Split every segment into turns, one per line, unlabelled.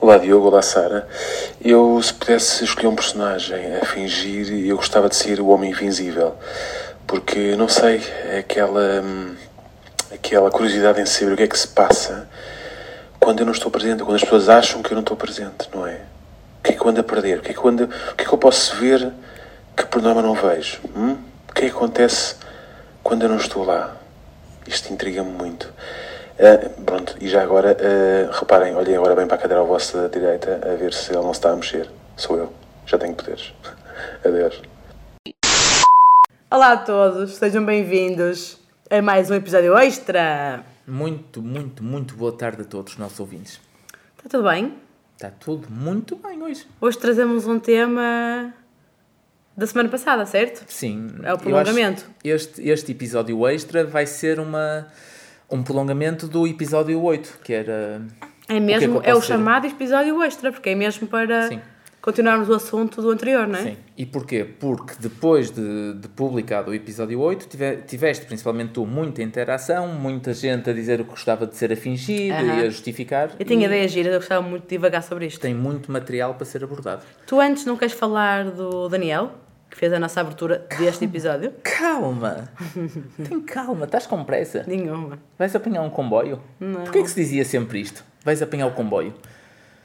Olá Diogo, olá Sara. Eu, se pudesse escolher um personagem a fingir, eu gostava de ser o Homem Invisível. Porque, não sei, é aquela, hum, aquela curiosidade em saber o que é que se passa quando eu não estou presente, quando as pessoas acham que eu não estou presente, não é? O que é que eu ando a perder? O que é que eu, ando, o que é que eu posso ver que por norma não vejo? hum? O que é que acontece quando eu não estou lá? Isto intriga-me muito. Ah, pronto, e já agora, ah, reparem, olhem agora bem para a cadeira à vossa direita a ver se ele não se está a mexer. Sou eu, já tenho poderes. Adeus.
Olá a todos, sejam bem-vindos a mais um episódio extra.
Muito, muito, muito boa tarde a todos os nossos ouvintes.
Está Tá tudo bem?
Está tudo muito bem hoje.
Hoje trazemos um tema da semana passada, certo?
Sim.
É o
eu acho
prolongamento.
que Este, este episódio extra vai ser uma, um prolongamento do episódio 8, que era.
É
que é que
mesmo,
eu
é o
posso dizer?
chamado episódio extra, porque é mesmo para
Sim.
continuarmos o assunto do anterior, não é?
Sim. E porquê? Porque depois de, de publicado o episódio 8, tive- tiveste principalmente tu muita interação, muita gente a dizer o que gostava de ser a fingir
Aham.
e a justificar.
Eu tinha
e
ideias giras, eu gostava muito de divagar sobre isto.
Tem muito material para ser abordado.
Tu antes não queres falar do Daniel, que fez a nossa abertura deste episódio?
Calma! Tem calma, estás com pressa.
Nenhuma.
Vais apanhar um comboio?
Não.
Porquê é que se dizia sempre isto? Vais apanhar o comboio.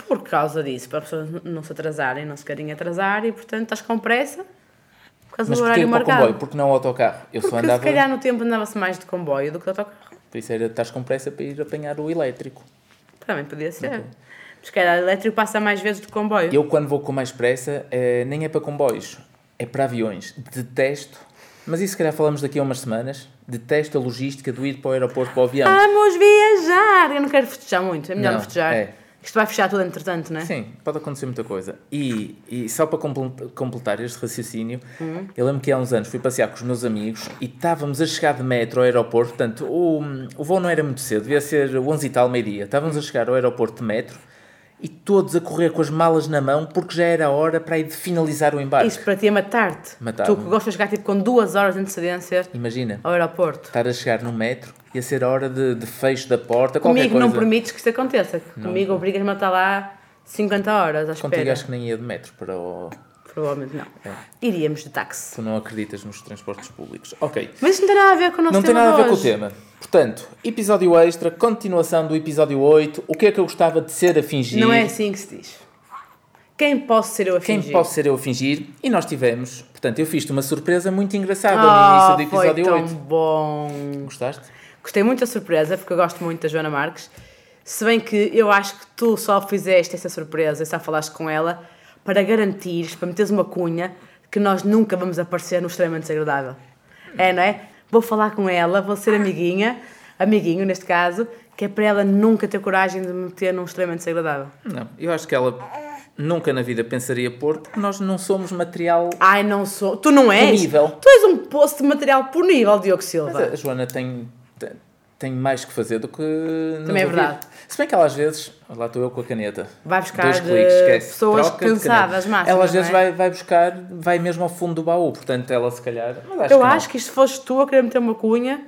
Por causa disso, para as pessoas n- não se atrasarem, não se querem atrasar e, portanto, estás com pressa por causa
Mas
do
porquê
horário
para o
marcado.
comboio? Porque não é o autocarro. Eu só
Porque
andava.
se calhar no tempo andava-se mais de comboio do que de autocarro.
Por isso era, estás com pressa para ir apanhar o elétrico.
Também podia ser. Mas se calhar elétrico passa mais vezes de comboio.
Uhum. Eu, quando vou com mais pressa, eh, nem é para comboios, é para aviões. Detesto. Mas isso, se calhar, falamos daqui a umas semanas. Detesto a logística do ir para o aeroporto para o avião.
Vamos viajar! Eu não quero festejar muito, é melhor não,
Não,
festejar.
é.
Isto vai fechar tudo entretanto, não é?
Sim, pode acontecer muita coisa. E, e só para comple- completar este raciocínio,
Uhum.
eu lembro que há uns anos fui passear com os meus amigos e estávamos a chegar de metro ao aeroporto, portanto, o, o voo não era muito cedo, devia ser 11 e tal, meio-dia. Estávamos a chegar ao aeroporto de metro e todos a correr com as malas na mão porque já era a hora para ir de finalizar o embarque.
Isso para ti é matar-te.
Matava-me.
Tu que gostas de chegar tipo com duas horas de antecedência
Imagina,
ao aeroporto.
estar a chegar no metro e a ser a hora de, de fecho da porta, qualquer
Comigo
coisa.
não permites que isso aconteça. Comigo obrigas-me a estar lá 50 horas à
Contigo
espera.
acho que É. nem ia de metro para o...
Provavelmente não. Iríamos de táxi.
Tu não acreditas nos transportes públicos. Ok.
Mas isso não tem nada a ver com o nosso
Não tem
tema
nada a
de
ver com o
hoje.
tema. Portanto, episódio extra, continuação do episódio 8. O que é que eu gostava de ser a fingir?
Não é assim que se diz. Quem posso ser eu a
Quem
fingir?
posso ser eu a fingir? E nós tivemos, portanto, eu fiz-te uma surpresa muito engraçada
Ah,
no início do
foi
episódio
tão
8.
bom.
Gostaste?
Gostei muito da surpresa, porque eu gosto muito da Joana Marques. Se bem que eu acho que tu só fizeste essa surpresa e só falaste com ela para garantires, para meteres uma cunha, que nós nunca vamos aparecer no extremamente desagradável. É, não é? Vou falar com ela, vou ser amiguinha, amiguinho neste caso, que é para ela nunca ter coragem de me meter num extremamente desagradável.
Não, eu acho que ela nunca na vida pensaria pôr, porque nós não somos material.
Ai, não sou. Tu não és?
Punível.
Tu és um poço de material punível, Diogo
Mas
Silva.
a Joana tem, tem, tem mais que fazer do que. nos
Também é
ouvir.
verdade.
Se bem que ela às vezes. Lá estou eu com a caneta.
Vai buscar,
Dois
eh,
cliques, esquece.
pessoas
Troca de
cansadas,
caneta.
máximo,
Ela às
não
vezes
é?
vai, vai buscar, vai mesmo ao fundo do baú, portanto ela se calhar. Mas acho
eu
que não.
acho que isto foste tu a querer meter uma cunha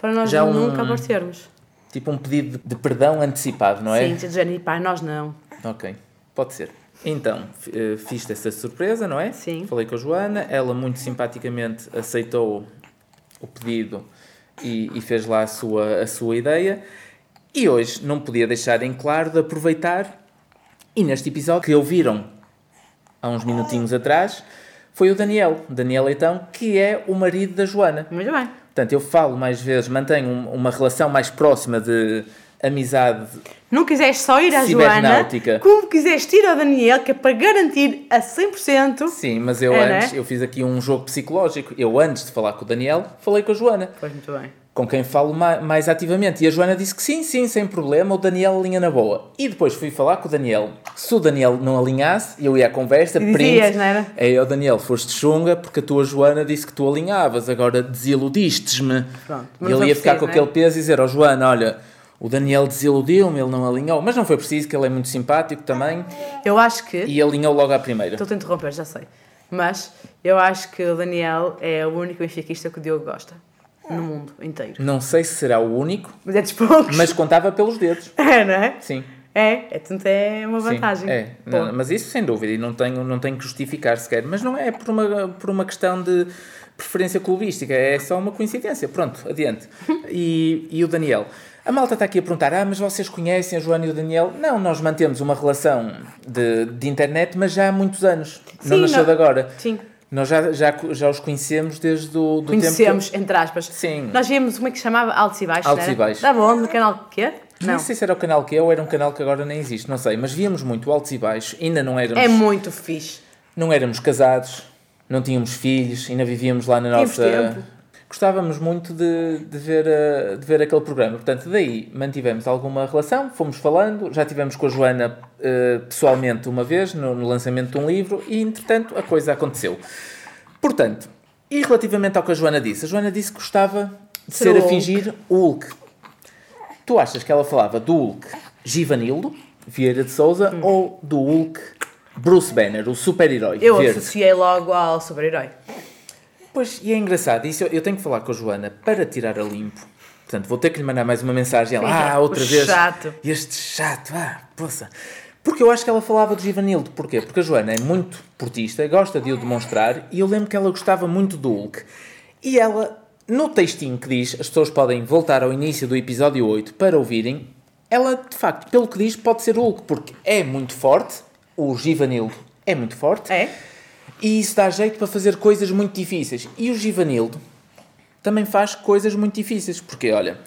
para nós
Já um-
nunca aparecermos.
Tipo um pedido de- de perdão antecipado, não é?
Sim, de género, e pá, nós não.
Ok, pode ser. Então, f- eh, fiz-te essa surpresa, não é?
Sim.
Falei com a Joana, ela muito simpaticamente aceitou o pedido e, e fez lá a sua, a sua ideia. E hoje não podia deixar em claro de aproveitar, e neste episódio que ouviram há uns minutinhos atrás, foi o Daniel, Daniel Leitão, que é o marido da Joana.
Muito bem.
Portanto, eu falo mais vezes, mantenho um- uma relação mais próxima de amizade
Não quiseste só ir à Joana,
Cibernáutica.
como quiseste ir ao Daniel, que é para garantir a 100%.
Sim, mas eu
É, não é?
antes, eu fiz aqui um jogo psicológico. Eu antes de falar com o Daniel, falei com a Joana,
Pois, muito bem.
com quem falo ma- mais ativamente. E a Joana disse que sim, sim, sem problema, o Daniel alinha na boa. E depois fui falar com o Daniel. Se o Daniel não alinhasse, eu ia à conversa,
E
print.
dizias, não era?
Aí, ó Daniel, foste chunga porque a tua Joana disse que tu alinhavas, agora desiludistes-me.
Pronto,
E
mas
ele
não
ia ficar
precisa,
com
não é?
aquele peso e dizer, ó Joana, olha... O Daniel desiludiu-me, ele não alinhou, mas não foi preciso, que ele é muito simpático também
Eu acho que.
e alinhou logo à primeira.
Estou-te a interromper, já sei. Mas eu acho que o Daniel é o único benfiquista que o Diogo gosta no mundo inteiro.
Não sei se será o único,
Mas é dos poucos.
mas contava pelos dedos.
É, não é?
Sim.
É, é, tanto é uma vantagem.
Sim, é,
Pô.
Não, mas isso sem dúvida, e não tenho, não tenho que justificar sequer, mas não é por uma, por uma questão de preferência clubística, é só uma coincidência. Pronto, adiante. E, e o Daniel? A malta está aqui a perguntar: ah, mas vocês conhecem a Joana e o Daniel? Não, nós mantemos uma relação de, de internet, mas já há muitos anos. não
Sim,
nasceu
não-
de agora.
Sim.
Nós já, já, já os conhecemos desde o do tempo.
Conhecemos, entre aspas.
Sim.
Nós víamos como é que se chamava? Altos e Baixos.
Altos
não
e
era?
Baixos.
Dava onde? No canal quê? Não.
Não sei se era o canal que é ou era um canal que agora nem existe, não sei, mas víamos muito altos e baixos, ainda não éramos,
É muito fixe.
não éramos casados, não tínhamos filhos, ainda vivíamos lá na
Tínhamos
nossa.
tempo.
Gostávamos muito de, de, ver, eh, de ver aquele programa. Portanto, daí mantivemos alguma relação, fomos falando, já tivemos com a Joana eh, pessoalmente uma vez, no, no lançamento de um livro, e entretanto a coisa aconteceu. Portanto, e relativamente ao que a Joana disse, a Joana disse que gostava de
Ser
ser
o
a
Hulk.
fingir o Hulk. Tu achas que ela falava do Hulk Givanildo, Vieira de Souza,
Hum.
ou do Hulk Bruce Banner, o super-herói?
Eu
verde?
associei logo ao super-herói.
Pois, e é engraçado, isso eu, eu tenho que falar com a Joana para tirar a limpo. Portanto, vou ter que lhe mandar mais uma mensagem. Ela, ah,
é O
outra vez.
chato.
Este chato, ah, poça. Porque eu acho que ela falava do Givanildo. Porquê? Porque a Joana é muito portista, gosta de o demonstrar, e eu lembro que ela gostava muito do Hulk. E ela, no textinho que diz, as pessoas podem voltar ao início do episódio 8 para ouvirem, ela, de facto, pelo que diz, pode ser o Hulk, porque é muito forte, o Givanildo é muito forte,
É?
e isso dá jeito para fazer coisas muito difíceis. E o Givanildo também faz coisas muito difíceis, porque olha,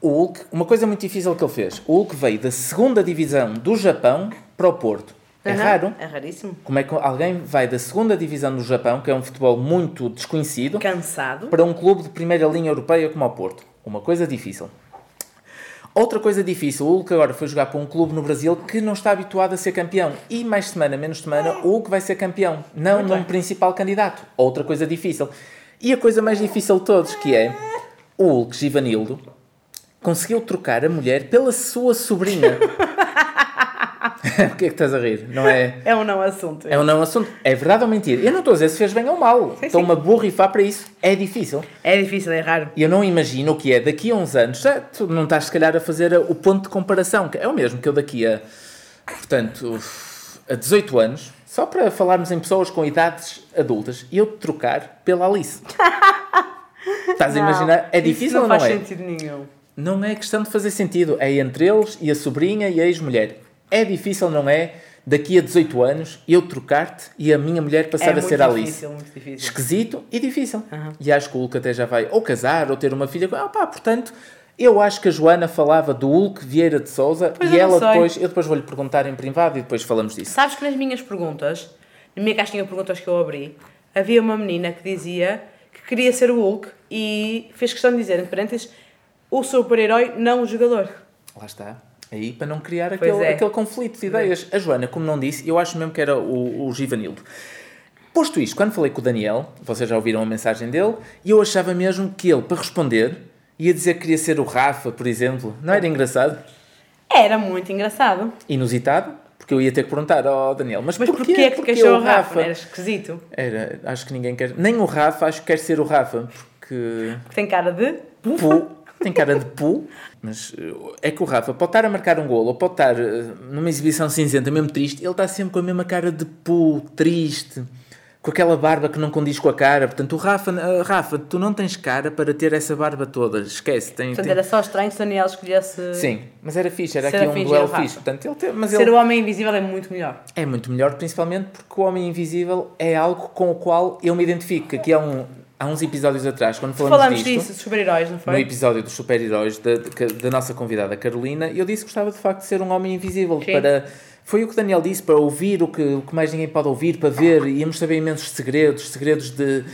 o Hulk, uma coisa muito difícil que ele fez, o Hulk veio da segunda divisão do Japão para o Porto. É
Aham,
raro.
É raríssimo.
Como é que alguém vai da segunda divisão do Japão, que é um futebol muito desconhecido,
Cansado.
para um clube de primeira linha europeia como o Porto. Uma coisa difícil. Outra coisa difícil, o Hulk agora foi jogar para um clube no Brasil que não está habituado a ser campeão. E mais semana, menos semana, o Hulk vai ser campeão. Não num principal candidato. Outra coisa difícil. E a coisa mais difícil de todos, que é o Hulk Givanildo conseguiu trocar a mulher pela sua sobrinha. o que é que estás a rir? Não é?
É um não assunto.
É um não assunto. É verdade ou mentira? Eu não estou a dizer se fez bem ou mal.
sim.
Estou-me a borrifar para isso. É difícil.
É difícil, é raro.
E eu não imagino o que é daqui a uns anos. Já, tu não estás, se calhar, a fazer o ponto de comparação, que é o mesmo que eu daqui a, portanto, a 18 anos, só para falarmos em pessoas com idades adultas, e eu te trocar pela Alice. Estás a imaginar? É
Isso
difícil ou
não
não
faz
é?
sentido nenhum.
Não é questão de fazer sentido. É entre eles e a sobrinha e a ex-mulher. É difícil, não é? Daqui a 18 anos, eu trocar-te e a minha mulher passar
é
a ser a
muito
Alice
difícil, muito difícil.
esquisito e difícil. E acho que o Hulk até já vai ou casar ou ter uma filha. com- Ah, pá, portanto, eu acho que a Joana falava do Hulk Vieira de Souza
Pois
e
eu não
ela
sei.
depois, eu depois vou-lhe perguntar em privado e depois falamos disso.
Sabes que nas minhas perguntas, na minha caixinha de perguntas que eu abri, havia uma menina que dizia que queria ser o Hulk e fez questão de dizer, entre parênteses, o super-herói, não o jogador.
Lá está. Aí para não criar
Pois
aquele,
é.
aquele conflito de ideias. A Joana, como não disse, eu acho mesmo que era o, o Givanildo. Posto isto, quando falei com o Daniel, vocês já ouviram a mensagem dele, e eu achava mesmo que ele, para responder, ia dizer que queria ser o Rafa, por exemplo. Não era engraçado?
Era muito engraçado.
Inusitado? Porque eu ia ter que perguntar ao Daniel, mas,
Mas porquê, é que te
Porquê
queixou o Rafa? Era esquisito.
Era, acho que ninguém quer. Nem o Rafa, acho que quer ser o Rafa, porque.
Porque tem cara de...
Pu, tem cara de pu, mas eh, é que o Rafa pode estar a marcar um golo ou pode estar eh, numa exibição cinzenta, mesmo triste, ele está sempre com a mesma cara de pu, triste, com aquela barba que não condiz com a cara. Portanto, o Rafa, eh, Rafa, tu não tens cara para ter essa barba toda, esquece. Tem,
Portanto,
tem-
era só estranho se o Daniel escolhesse...
Sim, mas era fixe, era
Ser
aqui
a
um
fingir o
duelo
Rafa.
fixe. Portanto, ele tem, mas
Ser
ele
o homem invisível é muito melhor.
é muito melhor, principalmente porque o Homem Invisível é algo com o qual eu me identifico. que Aqui há, um, há uns episódios atrás, quando falamos,
Falamos
disto,
disso, de super-heróis, não
no
foi?
episódio dos super-heróis da, da- da nossa convidada Carolina, eu disse que gostava de facto de ser um homem invisível.
Sim.
Para, foi o que o Daniel disse, para ouvir o que, o que mais ninguém pode ouvir, para ver, e íamos saber imensos segredos, segredos de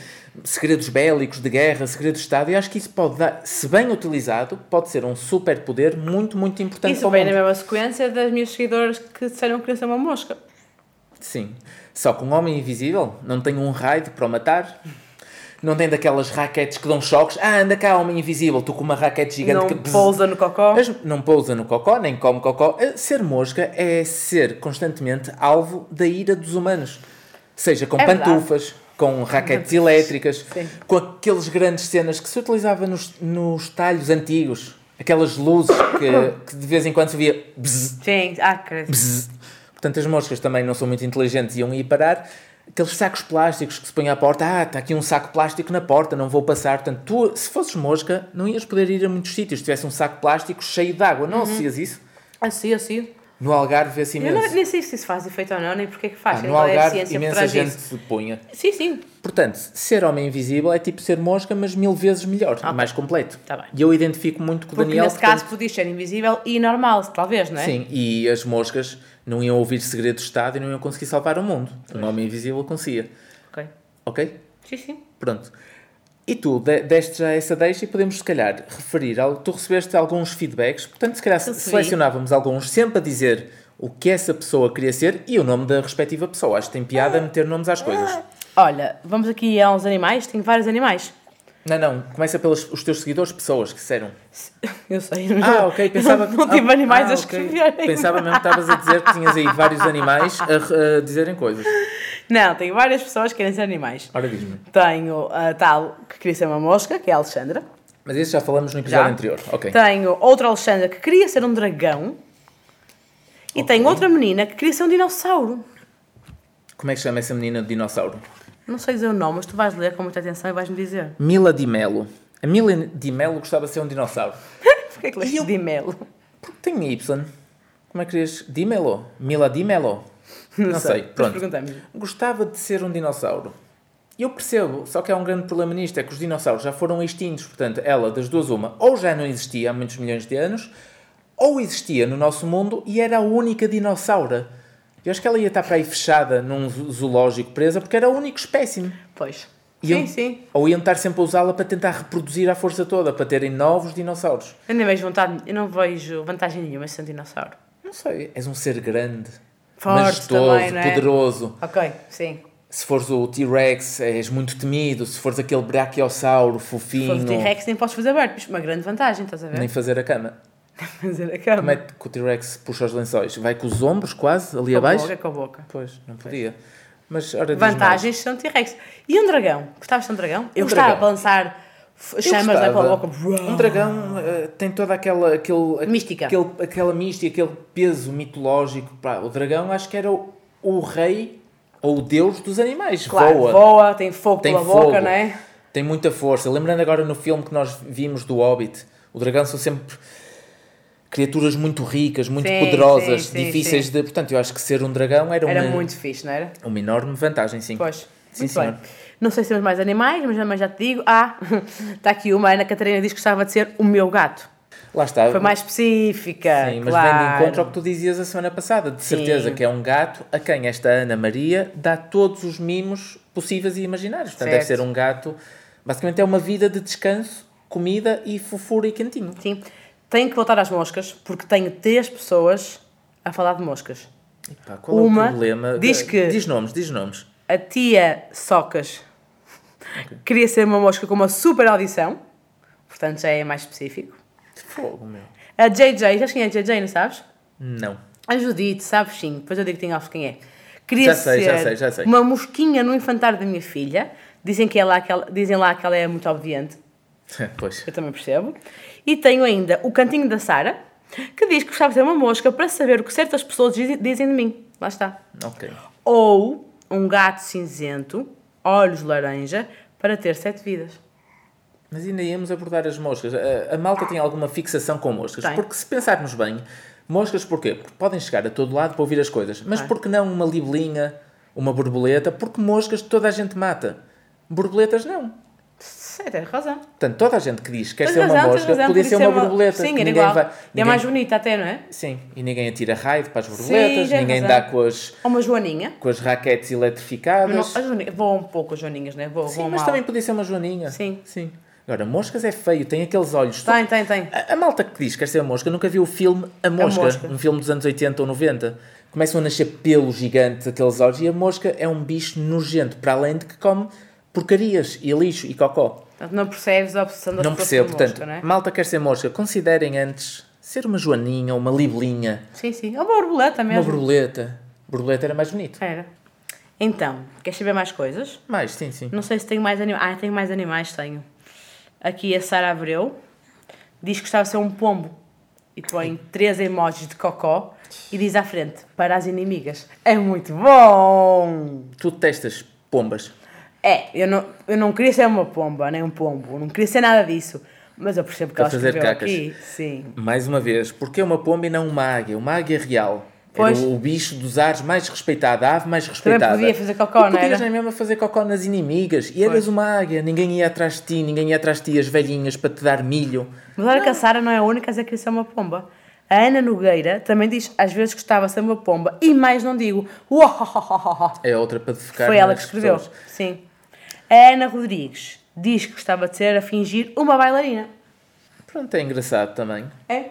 segredos bélicos, de guerra, segredos de Estado, e acho que isso pode dar, se bem utilizado, pode ser um superpoder muito, muito importante
Isso
para o
vem
mundo.
na mesma sequência das minhas seguidoras que disseram que queriam ser uma mosca.
Sim. Só que um homem invisível não tem um raio para o matar. Não tem daquelas raquetes que dão choques. Ah, anda cá, homem invisível, tu com uma raquete gigante
Não
que bzz.
pousa no cocó.
Mas não pousa no cocó, nem come cocó. Eh, Ser mosca é ser constantemente alvo da ira dos humanos. Seja com
É verdade.
pantufas, com raquetes elétricas,
Sim.
com aqueles grandes cenas que se utilizava nos, nos talhos antigos. aquelas luzes que, que de vez em quando se via. bzz,
Sim, ah, credo.
bzz. Portanto, as moscas também não são muito inteligentes e iam ir parar. Aqueles sacos plásticos que se põem à porta, ah, está aqui um saco plástico na porta, não vou passar. Portanto, tu, se fosses mosca, não ias poder ir a muitos sítios. Se tivesse um saco plástico cheio de água, não associas isso?
Assim, assim.
No Algarve vê-se
Uhum. Eu
imenso.
não, nem sei se isso faz efeito ou não, nem porque é que faz.
Ah,
sei
no
qual é a
Algarve,
ciência por
imensa
trás
gente
disso.
se punha.
Sim, sim.
Portanto, ser homem invisível é tipo ser mosca, mas mil vezes melhor, mais completo.
Tá bem.
E eu identifico muito com o
Porque
Daniel.
nesse
portanto-
caso podias ser invisível e normal, talvez, não é?
Sim, e as moscas não iam ouvir segredo do Estado e não iam conseguir salvar o mundo. Um homem invisível conseguia.
Ok.
Ok?
Sim, sim.
Pronto. E tu, de- deste já essa deixa e podemos, se calhar, referir. Ao, tu recebeste alguns feedbacks, portanto, se calhar, se-
Recebi.
selecionávamos alguns, sempre a dizer o que essa pessoa queria ser e o nome da respectiva pessoa. Acho que tem piada
Ah.
meter nomes às coisas.
Olha, vamos aqui aos animais. Tenho vários animais.
Não, não, começa pelos os teus seguidores, pessoas que disseram.
Eu sei.
Ah,
não-
ok, pensava
Não, não tive
ah,
tipo animais
ah,
a
ok.
escrever.
Pensava mesmo que estavas a dizer que tinhas aí vários animais a, re- a dizerem coisas.
Não, tenho várias pessoas que querem ser animais.
Ora, diz-me.
Tenho a tal que queria ser uma mosca, que é a Alexandra.
Mas isso já falamos no episódio
Já? Tá.
anterior. Ok.
Tenho outra Alexandra que queria ser um dragão. E tenho outra menina que queria ser um dinossauro.
Como é que chama essa menina de dinossauro?
Não sei dizer o nome, mas tu vais ler com muita atenção e vais-me dizer.
Mila Di Melo. A Mila Di Melo gostava de ser um dinossauro.
Porquê é que leste de melo?
Porque tem um Y. Como é que querias? Di Melo? Mila Di Melo? Não, sei.
Mas
Pronto.
perguntamos.
Gostava de ser um dinossauro. Eu percebo, só que há um grande problema nisto, é que os dinossauros já foram extintos, portanto, ela, das duas uma, ou já não existia há muitos milhões de anos, ou existia no nosso mundo e era a única dinossauro. Eu acho que ela ia estar para aí fechada num zo- zoológico presa, porque era a única espécime.
Pois.
Iam-
Sim, sim.
Ou iam estar sempre a usá-la para tentar reproduzir à força toda, para terem novos dinossauros.
Eu nem vejo vontade, eu não vejo vantagem nenhuma em ser um dinossauro.
Não sei, és um ser grande,
Forte
majestoso,
também, não é?
poderoso.
Ok, sim.
Se fores o T-Rex, és muito temido. Se fores aquele brachiossauro fofinho,
Sobre o T-Rex é? nem podes fazer barco, uma grande vantagem, estás a ver?
nem fazer a cama.
Fazer a cama.
Como é que o T-Rex puxa os lençóis? Vai com os ombros quase ali
Com a
abaixo?
boca, com a boca.
Pois, não podia. Mas, ora, diz-me
Vantagens são T-Rex. E um dragão? Gostavas de um dragão? Eu
Um
gostava
dragão.
de lançar f-
mais. Eu
chamas né, lá
gostava.
pela boca.
Um dragão eh, tem toda aquela... Aquele,
Mística.
Aquele, aquela mística, aquele peso mitológico. Pá, o dragão acho que era o, o rei ou o deus dos animais.
Claro,
Voa.
voa, tem fogo
tem
pela
fogo,
boca, não é?
tem muita força. Lembrando agora no filme que nós vimos do Hobbit, o dragão são sempre criaturas muito ricas, muito
Sim,
poderosas,
sim, sim,
difíceis
sim.
de. Portanto, eu acho que ser um dragão era,
Era
uma,
muito fixe, não era?
uma enorme vantagem, sim.
Pois.
Sim,
muito
senhor.
bem. Não sei se temos mais animais, mas também já te digo. Ah, está aqui uma. A Ana Catarina diz que gostava de ser o meu gato.
Lá está.
Foi mais específica.
Sim, mas vem de
claro.
encontro ao que tu dizias a semana passada. De certeza
Sim.
que é um gato a quem esta Ana Maria dá todos os mimos possíveis e imaginários. Portanto, deve
Certo.
ser um gato. Basicamente é uma vida de descanso, comida e fofura e cantinho.
Sim. Tenho que voltar às moscas, porque tenho três pessoas a falar de moscas.
Pá, qual é
Uma
o problema?
diz que-
Diz nomes, diz nomes.
A tia Socas queria ser uma mosca com uma super audição, portanto já é mais específico.
Fogo, meu.
A JJ, já quem é a JJ, não sabes?
Não.
A Judite, sabes sim, depois eu digo que tenho alvo quem é. Queria
Já sei, já
ser
sei, já sei.
uma mosquinha no infantário da minha filha. Dizem, que ela, que ela- dizem lá que ela é muito obediente,
pois.
eu também percebo. E tenho ainda o cantinho da Sara, que diz que gostava de ser uma mosca para saber o que certas pessoas dizem- dizem de mim. Lá está.
Ok.
Ou um gato cinzento, olhos laranja, para ter sete vidas.
Mas ainda íamos abordar as moscas. A, a malta tem alguma fixação com moscas?
Tem.
Porque se pensarmos bem, moscas porquê? Porque podem chegar a todo lado para ouvir as coisas. Mas
Claro.
por que não uma libelinha, uma borboleta? Porque moscas toda a gente mata. Borboletas não.
Sei, tens razão.
Portanto, toda a gente que diz que quer
Tens
ser uma
razão, tens
mosca,
razão,
podia ser uma, borboleta.
é Sim,
que
era
ninguém
igual.
vai-
E é
ninguém-
mais bonita até, não é?
Sim, e ninguém atira raio para as borboletas,
tens
ninguém
razão.
dá com as,
Ou uma joaninha.
com as raquetes eletrificadas.
Não, as joaninhas- voam um pouco as joaninhas, não é? Voam,
Sim,
voam
mas
mal.
também podia ser uma joaninha.
Sim.
Sim. Agora, moscas é feio, tem aqueles olhos.
Tem, tem, tem.
A, a malta que diz que quer ser a mosca nunca viu o filme A mosca,
É Mosca.
um filme dos anos 80 ou 90. Começam a nascer pelos gigantes, aqueles olhos, e a mosca é um bicho nojento, para além de que come porcarias e lixo e cocó.
Portanto, não percebes a obsessão da
não percebo, portanto,
não é?
malta quer ser mosca, considerem antes ser uma joaninha, uma libelinha,
é? Sim, sim. Ou uma borboleta
uma
mesmo.
borboleta. Borboleta era mais bonito.
Era. Então, queres saber mais coisas?
Mais, sim, sim.
Não sei se tenho mais animais. Ah, tenho mais animais, tenho. Aqui a Sara Abreu. diz que gostava de ser um pombo e põe três emojis de cocó e diz à frente, para as inimigas. É muito bom!
Tu testas pombas.
É, eu não, eu não queria ser uma pomba, nem um pombo, eu não queria ser nada disso. Mas eu percebo que
Para
ela
fazer
escreveu
cacas.
aqui. Sim.
Mais uma vez, porque é uma pomba e não uma águia? Uma águia é real.
Pois.
Era o bicho dos ares mais respeitado, a ave mais respeitada.
podia fazer cocó,
e
não
podias
era?
nem mesmo fazer cocó nas inimigas. E eras uma águia, ninguém ia atrás de ti, ninguém ia atrás de ti, as velhinhas, para te dar milho.
Mas olha que a Sara não é a única a dizer que isso é uma pomba. A Ana Nogueira também diz, às vezes gostava de ser uma pomba e mais não digo. Uohohohoho.
É outra para defecar.
Foi ela
nas
que escreveu.
pessoas.
Sim. A Ana Rodrigues diz que gostava de ser a fingir uma bailarina.
Pronto, é engraçado também.
É?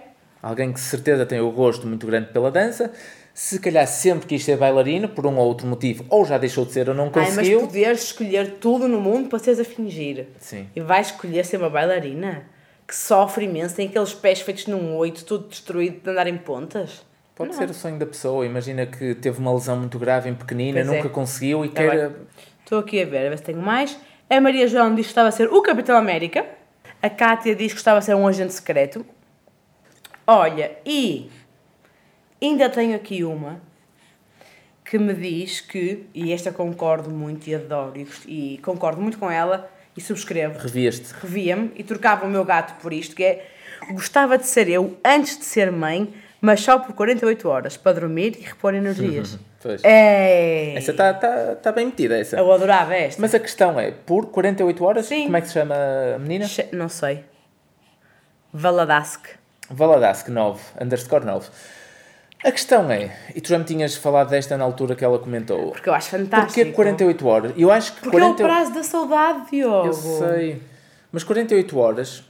Alguém que de certeza tem o gosto muito grande pela dança. Se calhar sempre quis ser bailarino, por um ou outro motivo, ou já deixou de ser ou não
Ai, mas
conseguiu.
poderes escolher tudo no mundo para seres a fingir.
Sim.
E vais escolher ser uma bailarina que sofre imenso, tem aqueles pés feitos num oito, tudo destruído de andar em pontas.
Pode ser o sonho da pessoa. Imagina que teve uma lesão muito grave em pequenina,
Pois é.
nunca conseguiu e
Tá
quer.
bem. Estou aqui a ver, a ver se tenho mais. A Maria João diz que estava a ser o Capitão América. A Kátia diz que estava a ser um agente secreto. Olha, e ainda tenho aqui uma que me diz que, e esta concordo muito e adoro, e gost- e concordo muito com ela e subscrevo
Revieste.
revia-me e trocava o meu gato por isto, que é gostava de ser eu antes de ser mãe, mas só por 48 horas, para dormir e repor energias.
Pois.
é
Essa está tá, tá bem metida, essa.
Eu adorava esta.
Mas a questão é, por 48 horas,
Sim.
como é que se chama a menina?
Che- Não sei. Valadask.
Valadask 9, underscore 9. A questão é, e tu já me tinhas falado desta na altura que ela comentou.
Porque eu acho fantástico.
Porquê 48 horas? Eu acho que
Porque
48
é o prazo da saudade, Diogo.
Eu sei. Mas 48 horas,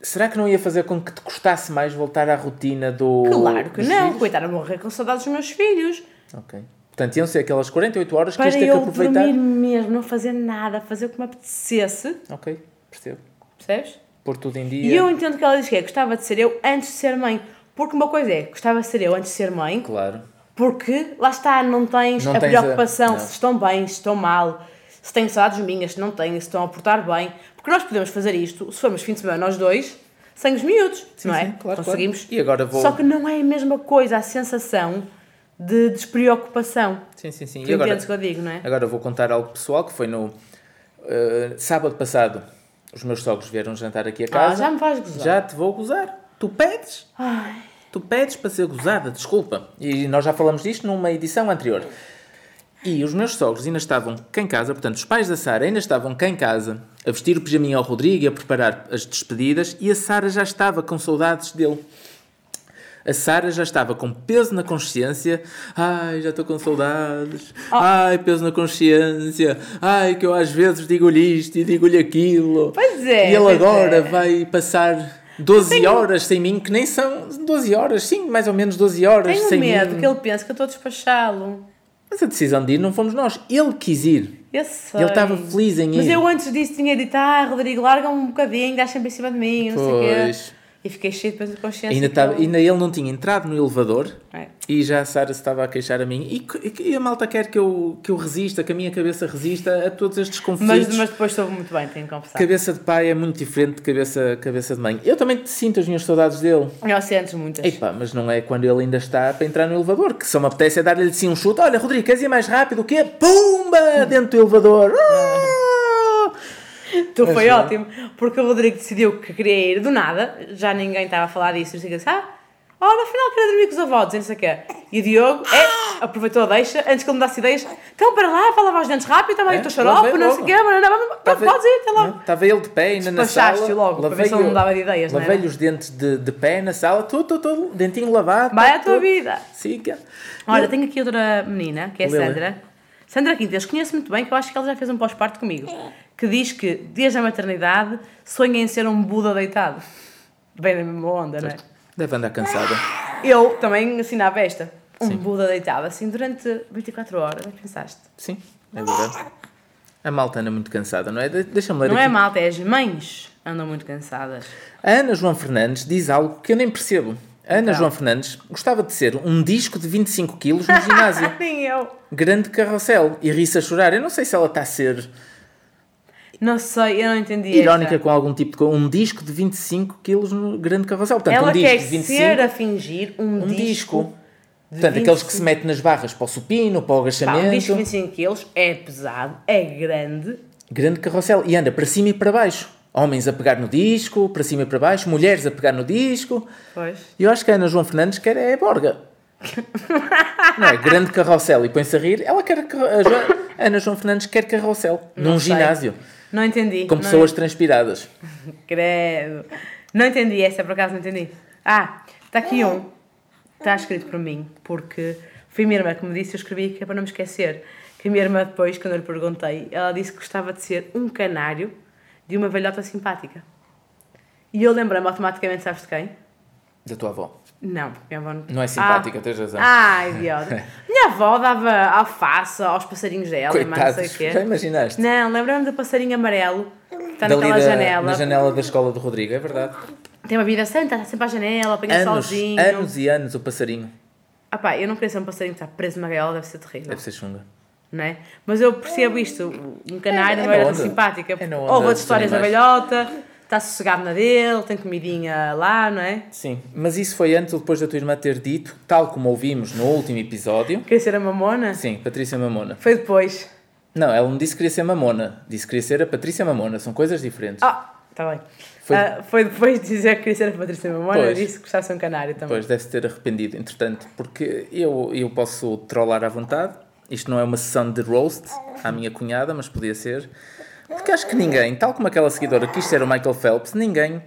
será que não ia fazer com que te custasse mais voltar à rotina do.
Claro que
dos
não.
filhos?
Coitado, a morrer com saudades dos meus filhos.
Ok. Portanto, iam ser aquelas 48 horas que
Para
ias ter que
eu
aproveitar.
dormir mesmo, não fazer nada, fazer o que me apetecesse.
Ok, percebo.
Percebes?
Pôr tudo em
E
dia.
eu entendo que ela diz que é, gostava de ser eu antes de ser mãe. Porque uma coisa é, gostava de ser eu antes de ser mãe,
Claro.
porque lá está, não tens
Não
a
tens a-
preocupação
não.
se estão bem, se estão mal, se têm saudades minhas, se não têm, se estão a portar bem. Porque nós podemos fazer isto, se formos fim de semana nós dois, sem os miúdos,
Sim,
não é?
sim, claro,
Conseguimos.
claro. E agora vou-
Só que não é a mesma coisa a sensação de despreocupação.
Sim, sim, sim.
Tu
E agora,
entendes o que eu digo, não é?
agora vou contar algo pessoal que foi no eh, sábado passado. Os meus sogros vieram jantar aqui a casa.
Ah, já me vais gozar.
Já te vou gozar. Tu pedes? Tu pedes para ser gozada, desculpa. E nós já falamos disto numa edição anterior. E os meus sogros ainda estavam cá em casa, portanto, os pais da Sara ainda estavam cá em casa, a vestir o pijaminho ao Rodrigo e a preparar as despedidas, e a Sara já estava com saudades dele. A Sara já estava com peso na consciência. Ai, já estou com saudades.
Oh.
Ai, peso na consciência. Ai, que eu às vezes digo-lhe isto e digo-lhe aquilo.
Pois é,
E ele
pois
agora
é.
vai passar 12 horas sem mim, que nem são 12 horas, sim, mais ou menos 12 horas
Tenho
sem
medo
mim.
que ele pense que eu estou a despachá-lo.
Mas a decisão de ir não fomos nós. Ele quis ir.
Eu sei.
Ele estava feliz em
Mas
ir.
eu antes disso tinha dito, ah, Rodrigo, larga-me um bocadinho, dá sempre em cima de mim, não sei o quê.
Pois.
E fiquei cheio de peso de consciência.
Ainda,
que
estava-
não-
ainda ele não tinha entrado no elevador.
É.
E já a Sara se estava a queixar a mim. E, que- e a malta quer que eu, que eu resista, que a minha cabeça resista a todos estes conflitos.
Mas, mas depois soube muito bem, tenho que confessar.
Cabeça de pai é muito diferente de cabeça, cabeça de mãe. Eu também te sinto as minhas saudades dele.
Eu sentes muitas.
Epá, mas não é quando ele ainda está para entrar no elevador, que só me apetece é dar-lhe assim um chute. Olha, Rodrigo, queres ir mais rápido? O quê? Pumba! Dentro do elevador. Ah!
Tu foi
é.
ótimo, porque o Rodrigo decidiu que queria ir do nada, já ninguém estava a falar disso, e disse assim, ah, olha, afinal queria dormir com os avós, e não sei o quê. E o Diogo, é, aproveitou a deixa, antes que ele me desse ideias, então para lá, vai lavar os dentes rápido, também
É,
o teu xarope,
lavei
não sei o
logo.
quê, mas não, não, não,
Tava-
podes ir, até
Não,
logo.
Estava ele de pé ainda na
Despachaste-o
sala.
logo, para ver se ele
lavei-o-
me dava de ideias, não era?
Lavei-lhe os dentes de, de pé na sala, todo, todo, todo dentinho lavado.
Vai
tá
à tua
tudo. é.
vida.
Siga.
Olha,
Eu-
tenho aqui outra menina, que é a
Lila.
Sandra. Sandra Quintas, conheço muito bem, que eu acho que ela já fez um pós-parto comigo, que diz que, desde a maternidade, sonha em ser um Buda deitado. Bem na mesma onda, não é?
Deve andar cansada.
Eu também assinava esta. Um Buda deitado, assim, durante 24 horas, pensaste.
Sim, é verdade. A malta anda muito cansada, não é? De- Deixa-me ler
Não
aqui.
é malta, é as mães andam muito cansadas.
A Ana João Fernandes diz algo que eu nem percebo. A Ana
Então.
João Fernandes gostava de ser um disco de 25 quilos no ginásio.
Nem eu.
Grande carrossel. E ri-se a chorar. Eu não sei se ela está a ser
Não sei, eu não entendi.
Irónica
esta.
com algum tipo de. co- Um disco de 25 quilos no grande carrossel. Portanto,
Ela
um disco
quer
de 25.
ser a fingir um,
um
disco.
disco. Portanto, aqueles que
25.
se metem nas barras para o supino, para o
Pá, um disco de
agachamento.
25 kg é pesado, é grande.
Grande carrossel. E anda para cima e para baixo. Homens a pegar no disco, para cima e para baixo. Mulheres a pegar no disco.
Pois.
E eu acho que a Ana João Fernandes quer é Borga. Não é? Grande carrossel e põe-se a rir. Ela quer. carro- A Jo- a Ana João Fernandes quer carrossel. num
sei.
ginásio.
Não é? entendi.
Com
não
pessoas transpiradas.
Credo. Não entendi essa, por acaso não entendi. Ah, está aqui um. Está escrito por mim, porque foi a minha irmã que me disse, eu escrevi que é para não me esquecer. Que a minha irmã depois, quando eu lhe perguntei, ela disse que gostava de ser um canário de uma velhota simpática. E eu lembrei-me automaticamente, sabes de quem?
Da tua avó.
Não, porque minha avó não...
Não é simpática, tens razão.
Ah, idiota. minha avó dava alface aos passarinhos dela, mas não
Coitados.
sei o
Já
quê.
imaginaste?
Não, lembrei-me do passarinho amarelo que está
Dali
naquela
da-
janela.
Na janela da escola do Rodrigo, é verdade.
Tem uma vida santa, está sempre à janela, apanha
Anos,
solzinho.
anos e anos o passarinho.
Ah pá, eu não queria ser um passarinho que está preso numa gaiola, deve ser terrível,
Deve ser chunga.
não é? Mas eu percebo isto, um canário
É- é
não era
na
tão
onda.
simpática.
É na onda
Ou outras
dos
histórias da
animais.
velhota, está sossegado na dele, tem comidinha lá, não é?
Sim, mas isso foi antes ou depois da tua irmã ter dito, tal como ouvimos no último episódio.
Queria ser a mamona?
Sim, Patrícia Mamona.
Foi depois.
Não, ela não disse que queria ser Mamona, disse que queria ser a Patrícia Mamona, são coisas diferentes.
Ah, está bem.
Foi-
Foi... foi depois de dizer que queria ser a Patrícia Mamona,
Pois.
eu disse que gostava de ser um canário também.
Pois, deve-se ter arrependido, entretanto, porque eu, eu posso trollar à vontade. Isto não é uma sessão de roast à minha cunhada, mas podia ser. Porque acho que ninguém, tal como aquela seguidora quis ser o Michael Phelps, ninguém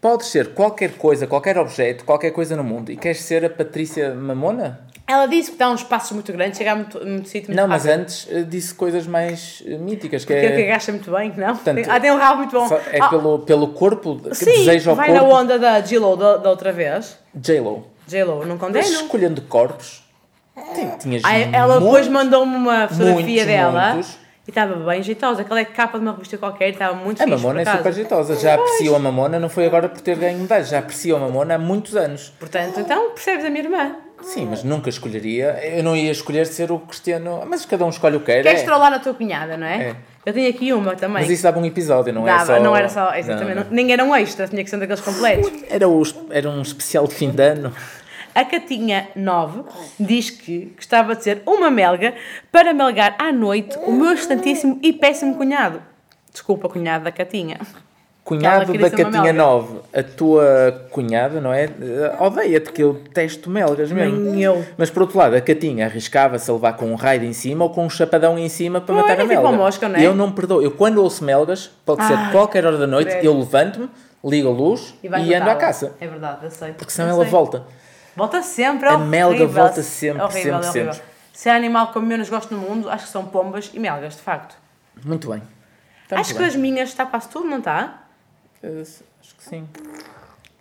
pode ser qualquer coisa, qualquer objeto, qualquer coisa no mundo. E queres ser a Patrícia Mamona?
Ela disse que dá uns passos muito grandes, chega a muito, muito sítio muito
Não, mas
rápido.
antes eh, disse coisas mais eh, míticas, que
Ah. Porque é... que
é,
agacha muito bem, não?
Portanto,
Tem- ah, tem um rabo muito bom.
só- é
Ah,
pelo, pelo corpo, que deseja
Sim,
ao
vai na
corpo.
onda da J-Lo da, da outra vez.
J-Lo.
J-Lo, não
Mas
condeno.
escolhendo corpos, tem- tinhas
Ai, Ah, ela
muito-
depois mandou-me uma fotografia
muitos,
dela
muitos.
e estava bem jeitosa. Aquela é capa de uma revista qualquer, estava muito
A
fixe, por
mamona é
acaso.
super jeitosa. Já aprecio a mamona, não foi agora por ter ganho medalha, já aprecio a mamona há muitos anos.
Portanto, então percebes a minha irmã.
Sim, mas nunca escolheria. Eu não ia escolher ser o Cristiano. Mas cada um escolhe o que quer.
Queres
é.
trollar a tua cunhada, não é?
É.
Eu tenho aqui uma também.
Mas isso dava um episódio, não
Dava,
é só.
não era só. Exatamente.
Não,
não- Nem era um extra, tinha que ser um daqueles completos.
não. Era, o, era um especial de fim de ano.
A Catinha 9 diz que gostava de ser uma melga para melgar à noite o meu excelentíssimo e péssimo cunhado. Desculpa, cunhado da Catinha.
Cunhado
queria
da
ser uma
Catinha
melga.
9, a tua cunhada, não é? Eh, Odeia-te que eu detesto melgas mesmo.
Nem eu.
Mas por outro lado, a Catinha arriscava-se a levar com um raio em cima ou com um chapadão em cima para
Pois,
matar
é
a
tipo
melga.
a mosca, não é?
Eu não perdoo. Eu quando ouço melgas, pode ser
Ai,
qualquer hora da noite,
credo.
eu levanto-me, ligo a luz e,
vais
ando à
matá-la.
caça.
É verdade, eu sei.
Porque senão
Eu
ela
sei.
volta.
Volta sempre, é
A melga
horrível.
volta sempre, sempre, sempre.
Se há animal que eu menos gosto no mundo, acho que são pombas e melgas, de facto.
Muito bem. Está
acho
muito
que
bem.
as minhas está quase tudo, não está?
Eh, Acho que sim.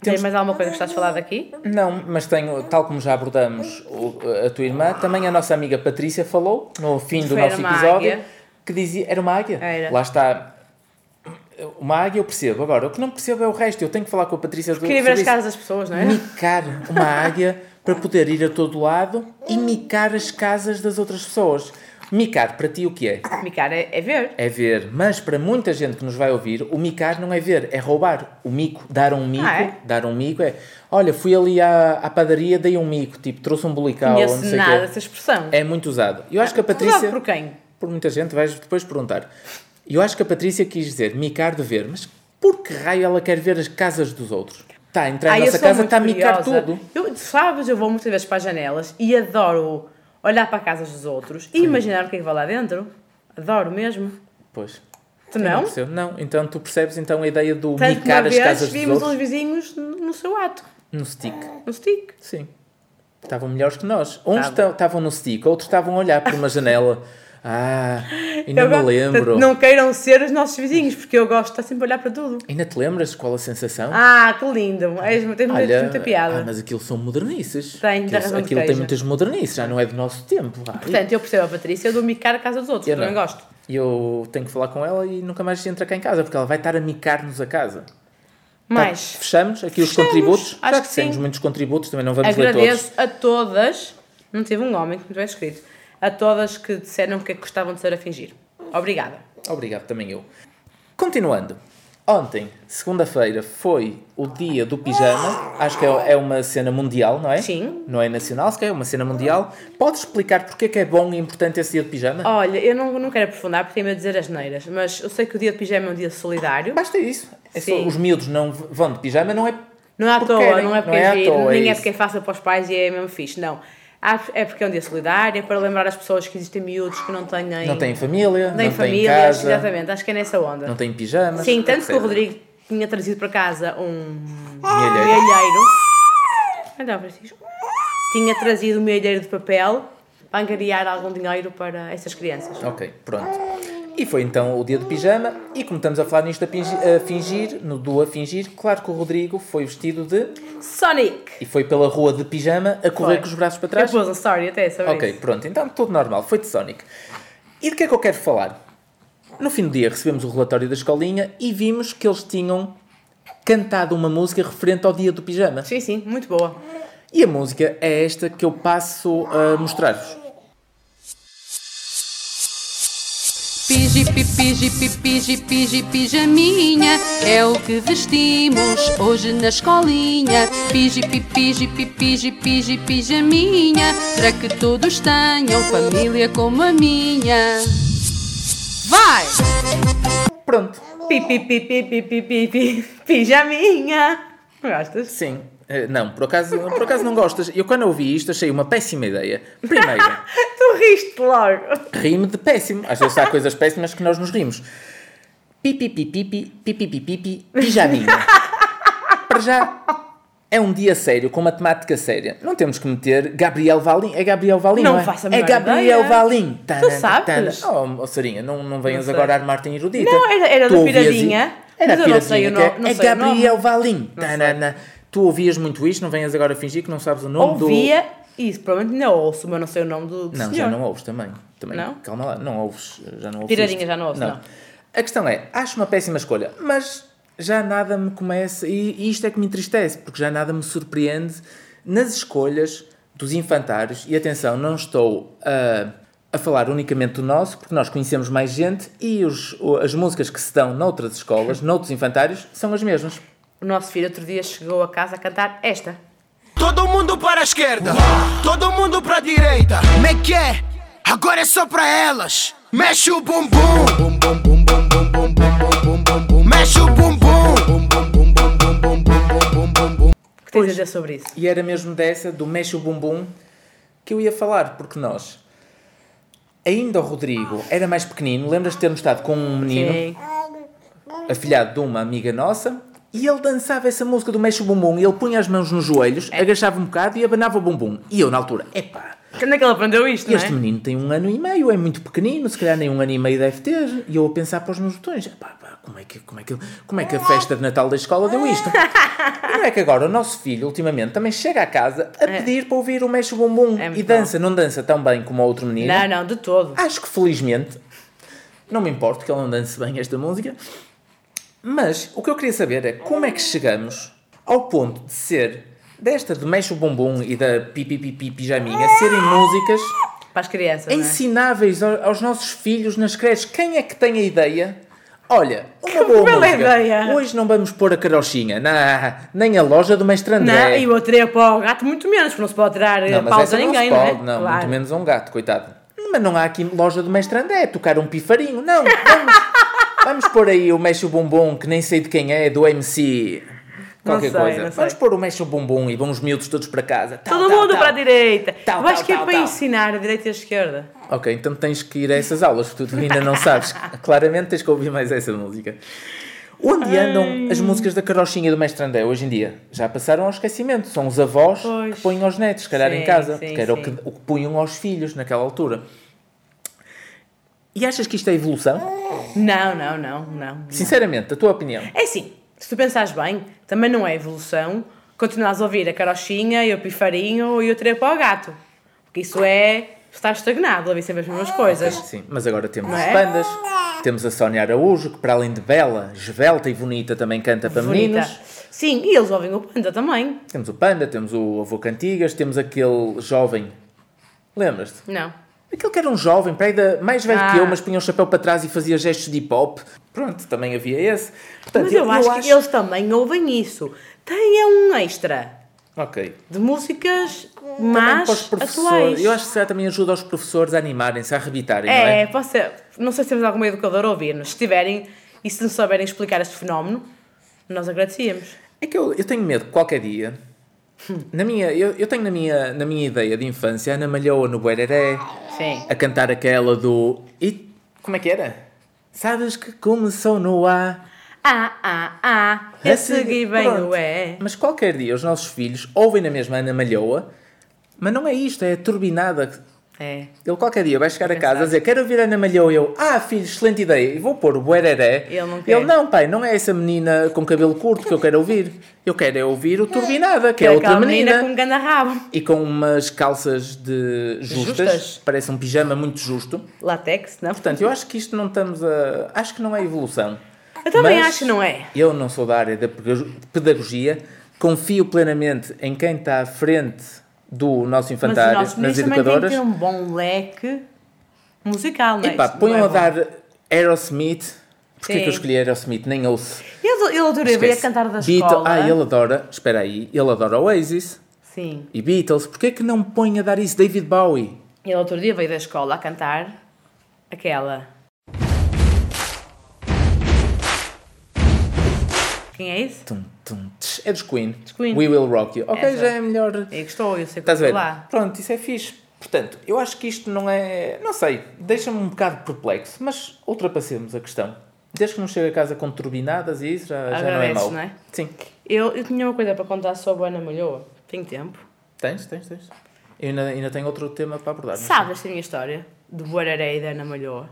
Tem mais alguma coisa que estás a falar daqui?
Não, mas tenho, tal como já abordamos o- a tua irmã, também a nossa amiga Patrícia falou no fim do
Foi,
nosso
era uma
episódio
águia.
que dizia era uma águia.
Era.
Lá está. Uma águia eu percebo. Agora, o que não percebo é o resto. Eu tenho que falar com a Patrícia do
Queria ver as
sobre
caras das pessoas, não é?
isso. Micar uma águia para poder ir a todo lado e micar as casas das outras pessoas. Micar, para ti o que é?
Micar é, é ver.
É ver. Mas para muita gente que nos vai ouvir, o micar não é ver, é roubar. O mico, dar um mico,
Ah, é?
dar um mico é. Olha, fui ali à, à padaria, dei um mico, tipo, trouxe um bulical, ou não
Conheço
sei o
nada Ah, dessa
quê.
expressão.
É muito usado. Eu acho que a
Patrícia...
Patrícia,
por quem?
por muita gente, vais depois perguntar. Eu acho que a Patrícia quis dizer micar de ver, mas por que raio ela quer ver as casas dos outros? Está a entrar
Ah,
em
eu
nossa
sou
casa,
muito
está a micar
curiosa.
tudo.
Eu, tu sabes, eu vou muitas vezes para as janelas e adoro olhar para as casas dos outros e imaginar o que é que vai lá dentro. Adoro mesmo.
Pois.
Tu
Eu Não?
não?
percebo. não, então tu percebes então a ideia do
Tanto que uma
micar as
vez
casas dos
vimos um
outros
uns vizinhos no no seu ato,
no stick.
no stick.
Sim. Estavam melhores que nós. Uns
Estavam.
ta- estavam no stick, outros estavam a olhar por uma janela. Ah, ainda
Eu
me
go-
lembro.
Portanto, Não queiram ser os nossos vizinhos, porque eu gosto de estar sempre a olhar para tudo.
Ainda te lembras qual a sensação?
Ah, que lindo! És, tens muita, muita piada.
ah, mas aquilo são modernices.
Tem, tem
aquilo
razão de
aquilo tem
queijo.
muitas modernices, já não é do nosso tempo. Ah,
Portanto, eu percebo a Patrícia, eu dou micar a casa dos outros,
Eu
eu também
não.
gosto.
eu tenho que falar com ela e nunca mais entra cá em casa, porque ela vai estar a micar-nos a casa. Tá,
Mas
fechamos aqui os
Fechamos,
contributos.
acho
já
que sim.
temos muitos contributos, também não vamos ler Tá, todos.
Agradeço a todas, não tive um homem que me tivesse escrito, é a todas que disseram que gostavam de ser a fingir. Obrigada.
Obrigado, também eu. Continuando. Ontem, segunda-feira, foi o dia do pijama. Acho que é, é uma cena mundial, não é?
Sim.
Não é nacional, se calhar, é uma cena mundial. Podes explicar porque é que é bom e importante esse dia de pijama?
Olha, eu não, não quero aprofundar porque tenho medo de dizer as neiras, mas eu sei que o dia de pijama é um dia solidário.
Basta isso. É só-
Sim.
os miúdos não v- vão de pijama, não é?
Não é à
porque
toa,
querem,
não é porque é,
à
giro,
toa,
nem é,
isso.
porque é fácil para os pais e é mesmo fixe, não. Há- É porque é um dia solidário, é para lembrar as pessoas que existem miúdos que não têm,
Não têm família,
não têm
não têm
famílias,
casa,
exatamente, acho que é nessa onda.
não têm pijama.
Sim, tanto
é
que o Rodrigo tinha trazido para casa um
Ah. Milheiro.
milheiro. Então, Francisco. Tinha trazido um milheiro de papel para angariar algum dinheiro para essas crianças.
Ok, pronto. E foi então o dia de pijama, e como estamos a falar nisto a pingi- a fingir, no do a fingir, claro que o Rodrigo foi vestido de.
Sonic!
e foi pela rua de pijama a correr
Foi.
com os braços para
Eu
trás.
pus um story até sobre
Ok,
isso.
pronto, então tudo normal, foi de Sonic. E de que é que eu quero falar? No fim do dia recebemos o relatório da escolinha e vimos que eles tinham cantado uma música referente ao dia do pijama.
Sim, sim, muito boa.
E a música é esta que eu passo a mostrar-vos.
Piji, pi, piji, pi, piji, piji, pijaminha É o que vestimos hoje na escolinha Piji, pi, piji, pi, piji, piji, pijaminha Para que todos tenham família como a minha Vai!
Pronto,
Pi, pi, pi, pi, pi, pi, pi, pi, pijaminha. Gostas?
sim. Eh, Não, por acaso, por acaso não gostas. Eu quando ouvi isto achei uma péssima ideia. Primeiro,
Tu riste logo.
rime de péssimo. Às vezes há coisas péssimas que nós nos rimos. Pipi, pipi, pipi, pipi, pipi, pipi, pijaminha. Para já, é um dia sério, com uma temática séria. Não temos que meter Gabriel Valim. É Gabriel Valim, não,
Não
é?
faço a
é
menor
Gabriel
ideia.
Valim. Tanan,
sabes?
tanan. Oh, Sarinha, não, não venhas
Não sei.
agora armar-te em erudita.
Não, era- era
Tu
da
ouvias
Piradinha,
e- Era
mas eu não sei o
Piradinha, que
nome- não
É é
sei o nome.
Gabriel Valim.
Não sei.
Tanan. Tu ouvias muito isto, não venhas agora fingir que não sabes o nome do...
Ouvia isso, provavelmente ainda ouço, mas não sei o nome do, do
Não,
senhor.
já não ouves também. também.
Não?
Calma lá, não ouves. Já não ouves
Piradinha
isto.
já não ouço, não.
A questão é, acho uma péssima escolha, mas já nada me começa, e, e isto é que me entristece, porque já nada me surpreende nas escolhas dos infantários, e atenção, não estou a, a falar unicamente do nosso, porque nós conhecemos mais gente, e os- o- as músicas que se dão noutras escolas, noutros infantários, são as mesmas.
O nosso filho outro dia chegou a casa a cantar esta.
Todo mundo para a esquerda, todo mundo para a direita. Me quer, agora é só pra elas. Mexe o bumbum, bum bum bum bum bum bum bum bum bum bum. Mexe o bumbum, bum bum bum bum bum bum bum bum bum bum.
O que tens a dizer sobre isso?
E era mesmo dessa, do Mexe o Bumbum, que eu ia falar, porque nós, ainda o Rodrigo era mais pequenino, lembras de termos estado com um menino,
Sim.
afilhado de uma amiga nossa, e ele dançava essa música do Mexe o Bumbum, e ele punha as mãos nos joelhos, agachava um bocado e abanava o bumbum. E eu, na altura, epá,
Quando é que ele aprendeu isto, não
este
é?
menino tem um ano e meio, é muito pequenino, se calhar nem um ano e meio deve ter. E eu a pensar para os meus botões, pá, pá, como é, que, como, é que, como é que a festa de Natal da escola deu isto? E não é que agora o nosso filho, ultimamente, também chega à casa a pedir para ouvir o Mexe o Bumbum.
É muito
e dança, não dança tão bem como o outro menino.
Não, não, de todo.
Acho que felizmente, não me importo que ele não dance bem esta música, mas o que eu queria saber é como é que chegamos ao ponto de ser desta do Mexe o Bumbum e da Pipipipi Pijaminha serem músicas
Para as crianças, não é?
ensináveis ao- aos nossos filhos nas creches. Quem é que tem a ideia? Olha, uma boa
bela
música.
ideia.
Hoje não vamos pôr a carochinha, na, nem a loja do Mestre
Não,
André.
e o outro é para o gato, muito menos, porque não se pode tirar eh,
Não, mas
paus
essa
a ninguém,
não
não,
se pode,
é?
não,
claro.
muito menos a um gato, coitado. Mas não há aqui loja do Mestre André, tocar um pifarinho. Não, vamos, vamos pôr aí o Mexe o Bumbum, que nem sei de quem é, do MC...
Não
Qualquer
sei,
coisa.
não sei.
Vamos pôr o Mexe o Bumbum e vão os miúdos todos para casa. Tal,
Todo
tal,
mundo
tal.
para a direita.
Tal,
Eu acho
tal,
que é
tal,
para
tal.
ensinar a direita e a esquerda.
Ok, então tens que ir a essas aulas, porque tu ainda não sabes. Claramente tens que ouvir mais essa música. Onde andam as músicas da carochinha do Mestre André hoje em dia? Já passaram ao esquecimento. São os avós
Pois.
que põem aos netos, se calhar
Sim,
em casa,
sim,
que era o
sim.
que, o que punham aos filhos naquela altura. E achas que isto é evolução?
Não, não, não, não.
Sinceramente, a tua opinião.
É assim, se tu pensares bem, também não é evolução continuares a ouvir a carochinha e o pifarinho e o trepo ao gato. Porque isso é estar estagnado, a ouvir sempre as mesmas coisas.
Sim, mas agora temos
Não
as
é?
bandas, temos a Sónia Araújo, que para além de bela, esbelta e bonita, também canta para
Bonita.
meninos.
Sim, e eles ouvem o panda também.
Temos o Panda, temos o Avô Cantigas, temos aquele jovem. Lembras-te?
Não.
Aquele que era um jovem, para aí da- mais velho
Ah.
que eu, mas punha o chapéu para trás e fazia gestos de hip hop. Pronto, também havia esse. Portanto,
Mas eu, acho, que eles também ouvem isso. Tem é um extra
Ok.
de músicas
Também para os
más atuais.
professores. Eu acho que isso também ajuda os professores a animarem-se, a arrebitarem, não
É,
é?
pode ser. Não sei se temos alguma educadora a ouvir-nos. Se tiverem e se não souberem explicar este fenómeno, nós agradecíamos.
É que eu, eu tenho medo que qualquer dia. Na minha, eu, eu tenho na minha, na minha ideia de infância a Ana Malhoa no Buereré
Sim.
a cantar aquela do. E como é que era? Sabes que começou no A.
Ah, ah, ah,
a
eu segui bem
Pronto.
o é.
Mas qualquer dia os nossos filhos ouvem na mesma Ana Malhoa, mas não é isto, é a turbinada.
É.
Ele qualquer dia vai chegar a
Engraçado.
casa a dizer quero ouvir a Ana Malhoa e eu, ah filho, excelente ideia, e vou pôr o Buereré.
Ele não quer.
Ele, não pai, não é essa menina com cabelo curto que eu quero ouvir. Eu quero é ouvir o turbinada, que é,
Aquela
outra
menina,
menina.
com um ganda rabo.
E com umas calças de justas,
Justas.
parece um pijama muito justo.
Latex, não?
Portanto, eu acho que isto não estamos a. Acho que não é evolução.
Eu também
Mas
acho que não é.
Eu não sou da área da pedago- pedagogia, confio plenamente em quem está à frente do nosso
Mas os
infantário,
nossos
nas
meninos também têm que
educadoras.
ter um bom leque musical, não é?
Epá,
Isto não
ponham
é
a
bom.
dar Aerosmith. Porquê
Sim.
que eu escolhi Aerosmith? Nem ouço.
Ele, ele adorou, ele ia
Esquece.
cantar da
Beatle-
escola.
Ah, ele adora. Espera aí, ele adora Oasis
Sim.
e Beatles. Porquê que não põe a dar isso David Bowie?
Ele outro dia veio da escola a cantar aquela. Quem é esse?
Tum, tum, tsh. É dos Queen.
Queen.
We Will Rock You. Ok,
Essa.
já é melhor.
Eu gostou, eu sei que
Estás a
estou
ver?
lá.
Pronto, isso é fixe. Portanto, eu acho que isto não é. Não sei, deixa-me um bocado perplexo, mas ultrapassemos a questão. Desde que não chegue a casa com turbinadas e isso já, já não é
Agradeces,
mau.
não é?
Sim.
Eu, eu tinha uma coisa para contar sobre a Ana Malhoa. Tenho tempo.
Tens, tens, tens. Eu ainda, ainda tenho outro tema para abordar. não sei.
Sabes esta minha história? De Boararé e da Ana Malhoa.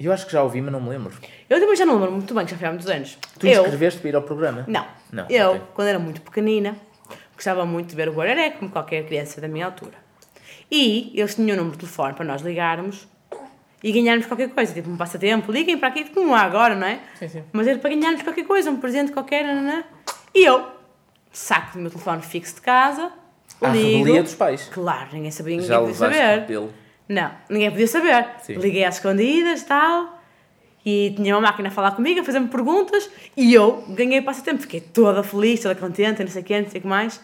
Eu acho que já ouvi, mas não me lembro.
Eu também já não lembro muito bem, que já foi há muitos anos.
Tu
eu,
inscreveste para ir ao programa?
Não.
Não,
Eu,
ok.
quando era muito pequenina, gostava muito de ver o Guararé, como qualquer criança da minha altura. E eles tinham um número de telefone para nós ligarmos e ganharmos qualquer coisa, tipo um passatempo, liguem para aqui, como há agora, não é?
Sim, sim.
Mas era para ganharmos qualquer coisa, um presente qualquer, nananã. E eu saco do meu telefone fixo de casa,
À
ligo.
revelia dos pais.
Claro, ninguém sabia, ninguém
Já
podia
levaste
saber.
o pelo.
Não, ninguém podia saber.
Sim.
Liguei às escondidas tal. E tinha uma máquina a falar comigo, a fazer-me perguntas. E eu ganhei passatempo. Fiquei toda feliz, toda contente, não sei o quê, não sei o que mais.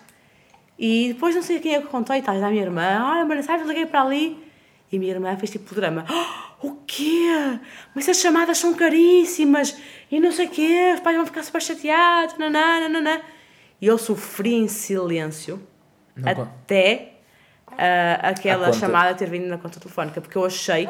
E depois não sei a quem é que contou e tal. Da minha irmã. Olha, mas sabes, liguei para ali. E a minha irmã fez tipo o drama. "Oh, o quê? Mas as chamadas são caríssimas. E não sei o quê. Os pais vão ficar super chateados. Naná, naná. E eu sofri em silêncio.
Não con-
até ah, aquela
À conta.
chamada ter vindo na conta telefónica, porque eu achei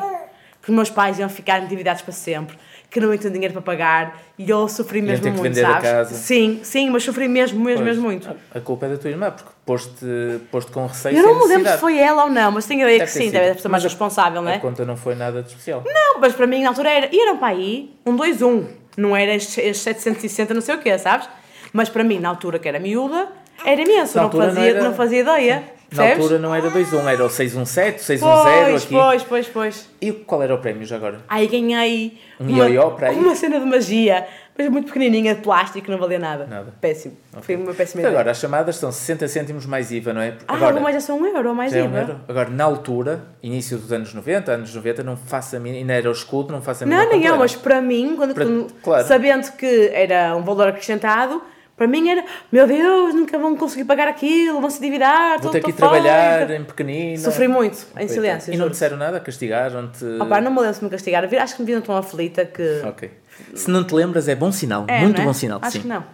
que os meus pais iam ficar endividados para sempre, que não tinham dinheiro para pagar e eu sofri mesmo
ter que
muito,
vender a
sabes?
casa.
Sim, sim, mas sofri mesmo, mesmo,
Pois.
mesmo muito.
A culpa é da tua irmã, porque poste, poste com receio.
Eu
sem
não me lembro se
é necessidade. é
foi ela ou não, mas tenho a ideia
Deve
que
ter
sim,
sido.
deve ser a pessoa mais
Mas a-
responsável, não
A
é?
conta não foi nada de especial.
Não, mas para mim na altura era. E eram para aí um 2-1. Não era estes estes 760, não sei o quê, sabes? Mas para mim, na altura que era miúda, era imenso.
Na
Não
altura não
fazia, não,
era-
fazia ideia.
Na
percebes? Ah.
altura não era 2-1, era o 617, 610
pois,
aqui.
pois, pois, pois.
E qual era o prémio já agora?
Aí ganhei
Um ioió para aí?
uma cena de magia, mas muito pequenininha, de plástico, não valia nada.
Nada.
Péssimo. Foi uma péssima ideia.
Agora, as chamadas são 60 cêntimos mais IVA, não é?
ah,
Agora,
algumas já são um euro, mais
já é um
IVA.
euro. Agora, na altura, início dos anos 90, anos 90, não faça a mínima, ainda era o escudo, não faça a mínima
Não, nem
conta
eu,
era.
mas para mim, quando,
Para-
quando-
claro.
sabendo que era um valor acrescentado, para mim era, meu Deus, nunca vão conseguir pagar aquilo, vão se endividar, tô-
Vou ter
tô
que ir trabalhar
farta.
em pequenino.
então. Sofri muito, em
Coitado.
silêncio.
E não
juro.
te disseram nada? Castigaram-te?
Opa, não me lembro se me castigaram. Vi- Acho que me viram tão aflita que.
Ok. Se não te lembras, é bom sinal.
É,
Muito
não é?
bom sinal,
Acho
sim.
que não.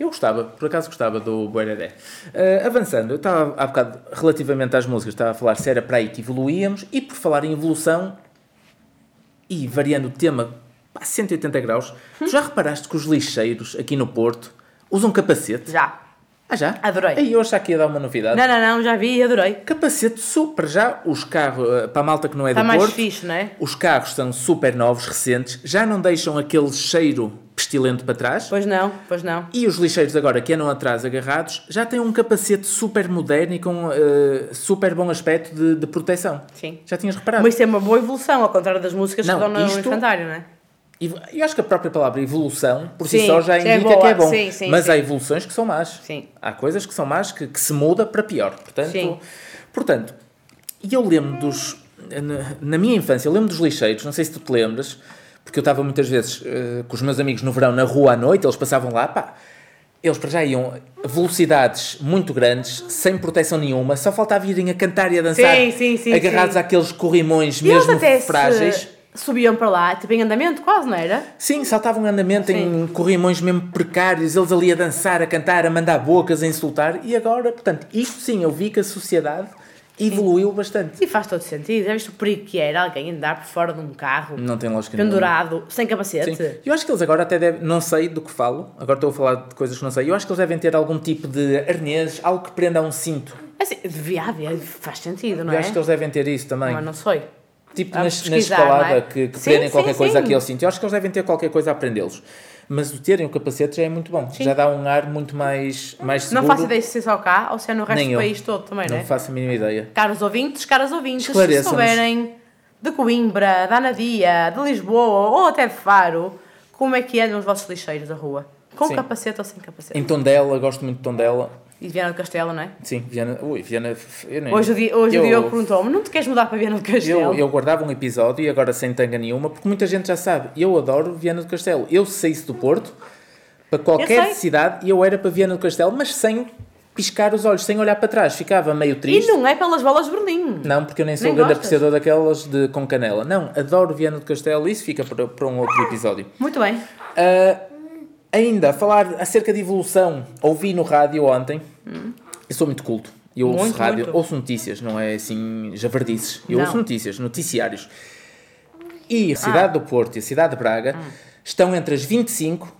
Eu gostava, por acaso gostava do Boereré. Eh, avançando, eu estava há bocado, relativamente às músicas, estava a falar se era para aí que evoluíamos, e por falar em evolução, e variando o tema a 180 graus,
Hum.
tu já reparaste que os lixeiros aqui no Porto usam capacete?
Já.
Ah, já?
Adorei.
Aí eu achava que ia dar uma novidade.
Não, não, não, já vi e adorei.
Capacete super, já os carros, eh, para a malta que não é
Está
do
Tá mais
Porto,
fixe, não é?
os carros são super novos, recentes, já não deixam aquele cheiro pestilento para trás.
Pois não, pois não.
E os lixeiros agora que andam atrás agarrados já têm um capacete super moderno e com eh, super bom aspecto de, de proteção.
Sim.
Já tinhas reparado?
Mas isto é uma boa evolução, ao contrário das músicas
Ah. Não,
que estão no
isto-
infantário, não é?
E eu acho que a própria palavra evolução por si
Sim,
só já
já é
indica
boa.
que é bom.
Sim, sim,
mas
sim.
há evoluções que são más.
Sim.
Há coisas que são más que, que se muda para pior. Portanto,
Sim.
portanto, e eu lembro dos na- na minha infância, eu lembro dos lixeiros, não sei se tu te lembras, porque eu estava muitas vezes eh, com os meus amigos no verão na rua à noite, eles passavam lá, pá, eles para já iam a velocidades muito grandes, sem proteção nenhuma, só faltava irem a cantar e a dançar,
Sim, sim, sim,
agarrados
sim.
àqueles corrimões
E eles
mesmo
até
frágeis.
se subiam para lá, tipo em andamento quase, não era?
Sim, saltavam em andamento em corrimões mesmo precários, eles ali a dançar, a cantar, a mandar bocas, a insultar, e agora, portanto, isto sim, eu vi que a sociedade evoluiu bastante.
E faz todo sentido. Já viste o perigo que era alguém andar por fora de um carro,
Não tem lógica nenhuma.
pendurado, sem capacete?
Sim. Eu acho que eles agora até devem, não sei do que falo, agora estou a falar de coisas que não sei, eu acho que eles devem ter algum tipo de arnês, algo que prenda a um cinto.
Assim, devia haver, faz sentido, não
eu
é?
acho que eles devem ter isso também.
Mas não sei.
Tipo
a
na, na
pesquisar,
escalada
não é?
que, que
Sim,
prendem
sim,
qualquer coisa
sim.
aqui ao cinto. Eu acho que eles devem ter qualquer coisa a prendê-los. Mas o terem o capacete já é muito bom. Já dá um ar muito mais, mais seguro.
Não faço ideia se é só cá ou se é no resto
Nem
do
eu.
país todo também, não
Não
é?
faço a mínima ideia.
Caros ouvintes, caras ouvintes, se
Esclareçam-nos.
souberem de Coimbra, da Anadia, de Lisboa ou até de Faro, como é que andam os vossos lixeiros da rua? Com
Sim.
capacete ou sem capacete?
Em Tondela, gosto muito de Tondela.
E Viana do Castelo, não é?
Sim, Viana. Ui, Viana. Eu nem,
Hoje o Di- hoje o
eu-
Diogo perguntou-me, não te queres mudar para Viana do Castelo?
Eu, eu guardava um episódio e agora sem tanga nenhuma, porque muita gente já sabe. Eu adoro Viana do Castelo. Eu saísse do Porto para
Eu
qualquer
sei.
cidade e eu era para Viana do Castelo, mas sem piscar os olhos, sem olhar para trás. Ficava meio
E
triste.
não é pelas bolas de Berlim.
Não, porque eu nem sou um
Nem
grande
gostas?
apreciador daquelas de com canela. Não, adoro Viana do Castelo. Isso fica para, para um outro episódio.
Muito bem.
Ah, Ainda a falar acerca de evolução, ouvi no rádio ontem. Eu sou muito culto. Eu ouço
Muito,
rádio,
muito.
ouço notícias, não é assim javardices. Eu
Não. Ah.
ouço notícias, noticiários. E a cidade do Porto e a cidade de Braga
Hum.
estão entre as 25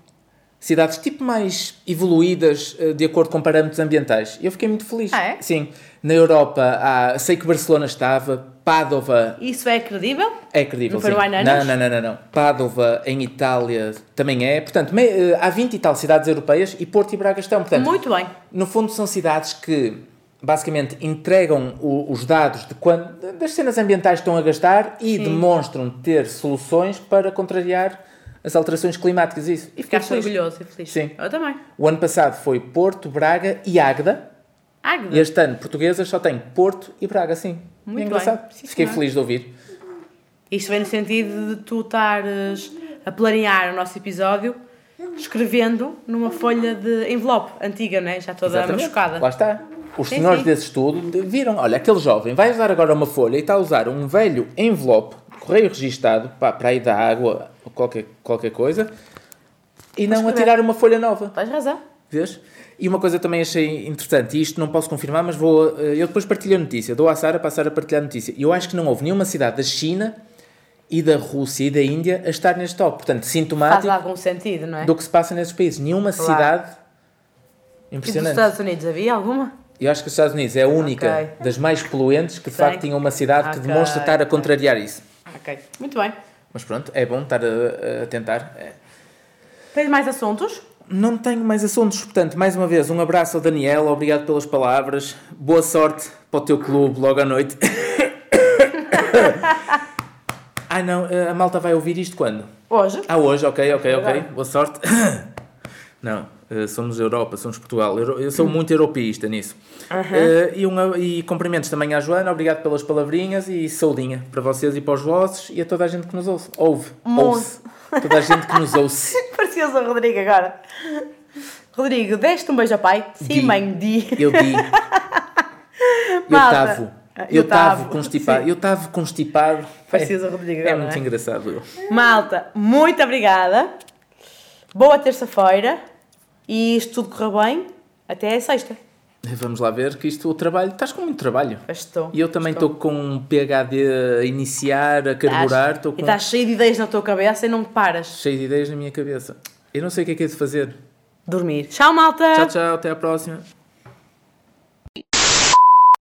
cidades tipo mais evoluídas eh, de acordo com parâmetros ambientais. Eu fiquei muito feliz.
Ah, é?
Sim. Na Europa, há- sei que Barcelona estava, Pádua
Isso é credível?
é credível.
Não foi no
sim.
Bananas?
Não, não, não, não, não. Pádua, em Itália, também é. Portanto, me- eh, há 20 e tal cidades europeias e Porto e Braga estão. Portanto,
Muito bem.
no fundo, são cidades que basicamente entregam o- os dados de quando, das cenas ambientais que estão a gastar e demonstram ter soluções para contrariar as alterações climáticas. e Isso.
E
fiquei
ficaste
feliz.
orgulhoso e feliz.
Sim.
Eu também.
O ano passado foi Porto, Braga e Águeda.
Águeda.
E este ano, portuguesas só tem Porto e Braga, sim.
Muito
é engraçado.
bem. Sim,
Fiquei
senhora.
feliz de ouvir.
Isto vem no sentido de tu estares a planear o nosso episódio escrevendo numa folha de envelope antiga, né? já toda
Exatamente.
machucada.
Lá está. Os
Sim,
senhores
sim.
desse estudo de- viram, olha, aquele jovem vai usar agora uma folha e está a usar um velho envelope, correio registado, pá, para aí da água, ou qualquer, qualquer coisa, e não a
escrever.
tirar uma folha nova.
Tens razão.
Vês? E uma coisa também achei interessante, e isto não posso confirmar, mas vou. eh, Eu depois partilho a notícia, dou à Sara para a Sara partilhar a notícia. E Eu acho que não houve nenhuma cidade da China e da Rússia e da Índia a estar neste top. Portanto,
Faz
sintomático
algum sentido, não é?
Tipo do que se passa nesses países. Nenhuma
Claro.
cidade.
E dos
Impressionante.
Estados Unidos havia alguma?
Eu acho que os Estados Unidos é a única
Ok.
das mais poluentes que de
Sei.
facto tinha uma cidade que
Ok,
demonstra estar a
ok.
contrariar isso.
Ok, muito bem.
Mas pronto, é bom estar a, a tentar. É.
Tens mais assuntos?
Não tenho mais assuntos, portanto, mais uma vez, um abraço ao Daniel, obrigado pelas palavras, boa sorte para o teu clube logo à noite. Ai não, a malta vai ouvir isto quando?
Hoje?
Ah, hoje, ok, ok, ok,
Agora.
boa sorte. Não, eh, somos Europa, somos Portugal. Euro- Eu sou muito europeísta nisso. Eh, e, um- e cumprimentos também à Joana, obrigado pelas palavrinhas e saudinha para vocês e para os vossos e a toda a gente que nos ouve. Ouve,
Muito.
ouve. Toda a gente que nos ouve.
Parecia o Rodrigo agora. Rodrigo, deste um beijo ao pai? Sim,
Di.
mãe, di.
Eu di. Eu
Malta.
tavo.
Ah, eu
Eu tavo
tavo,
constipado. Eu tavo constipado.
Parecia o Rodrigo
É
agora, não
muito
é?
engraçado. eu.
Malta, muito obrigada. Boa terça-feira. E isto tudo correu bem. Até sexta.
Eh, Vamos lá ver que isto, o trabalho. Estás com muito trabalho.
Mas estou.
E eu também estou com um PHD a iniciar, a carburar, estou
E
com
estás cheio de ideias na tua cabeça e não paras.
cheio de ideias na minha cabeça. Eu não sei o que é que é de fazer.
Dormir. Tchau, malta!
Tchau, tchau, até à próxima.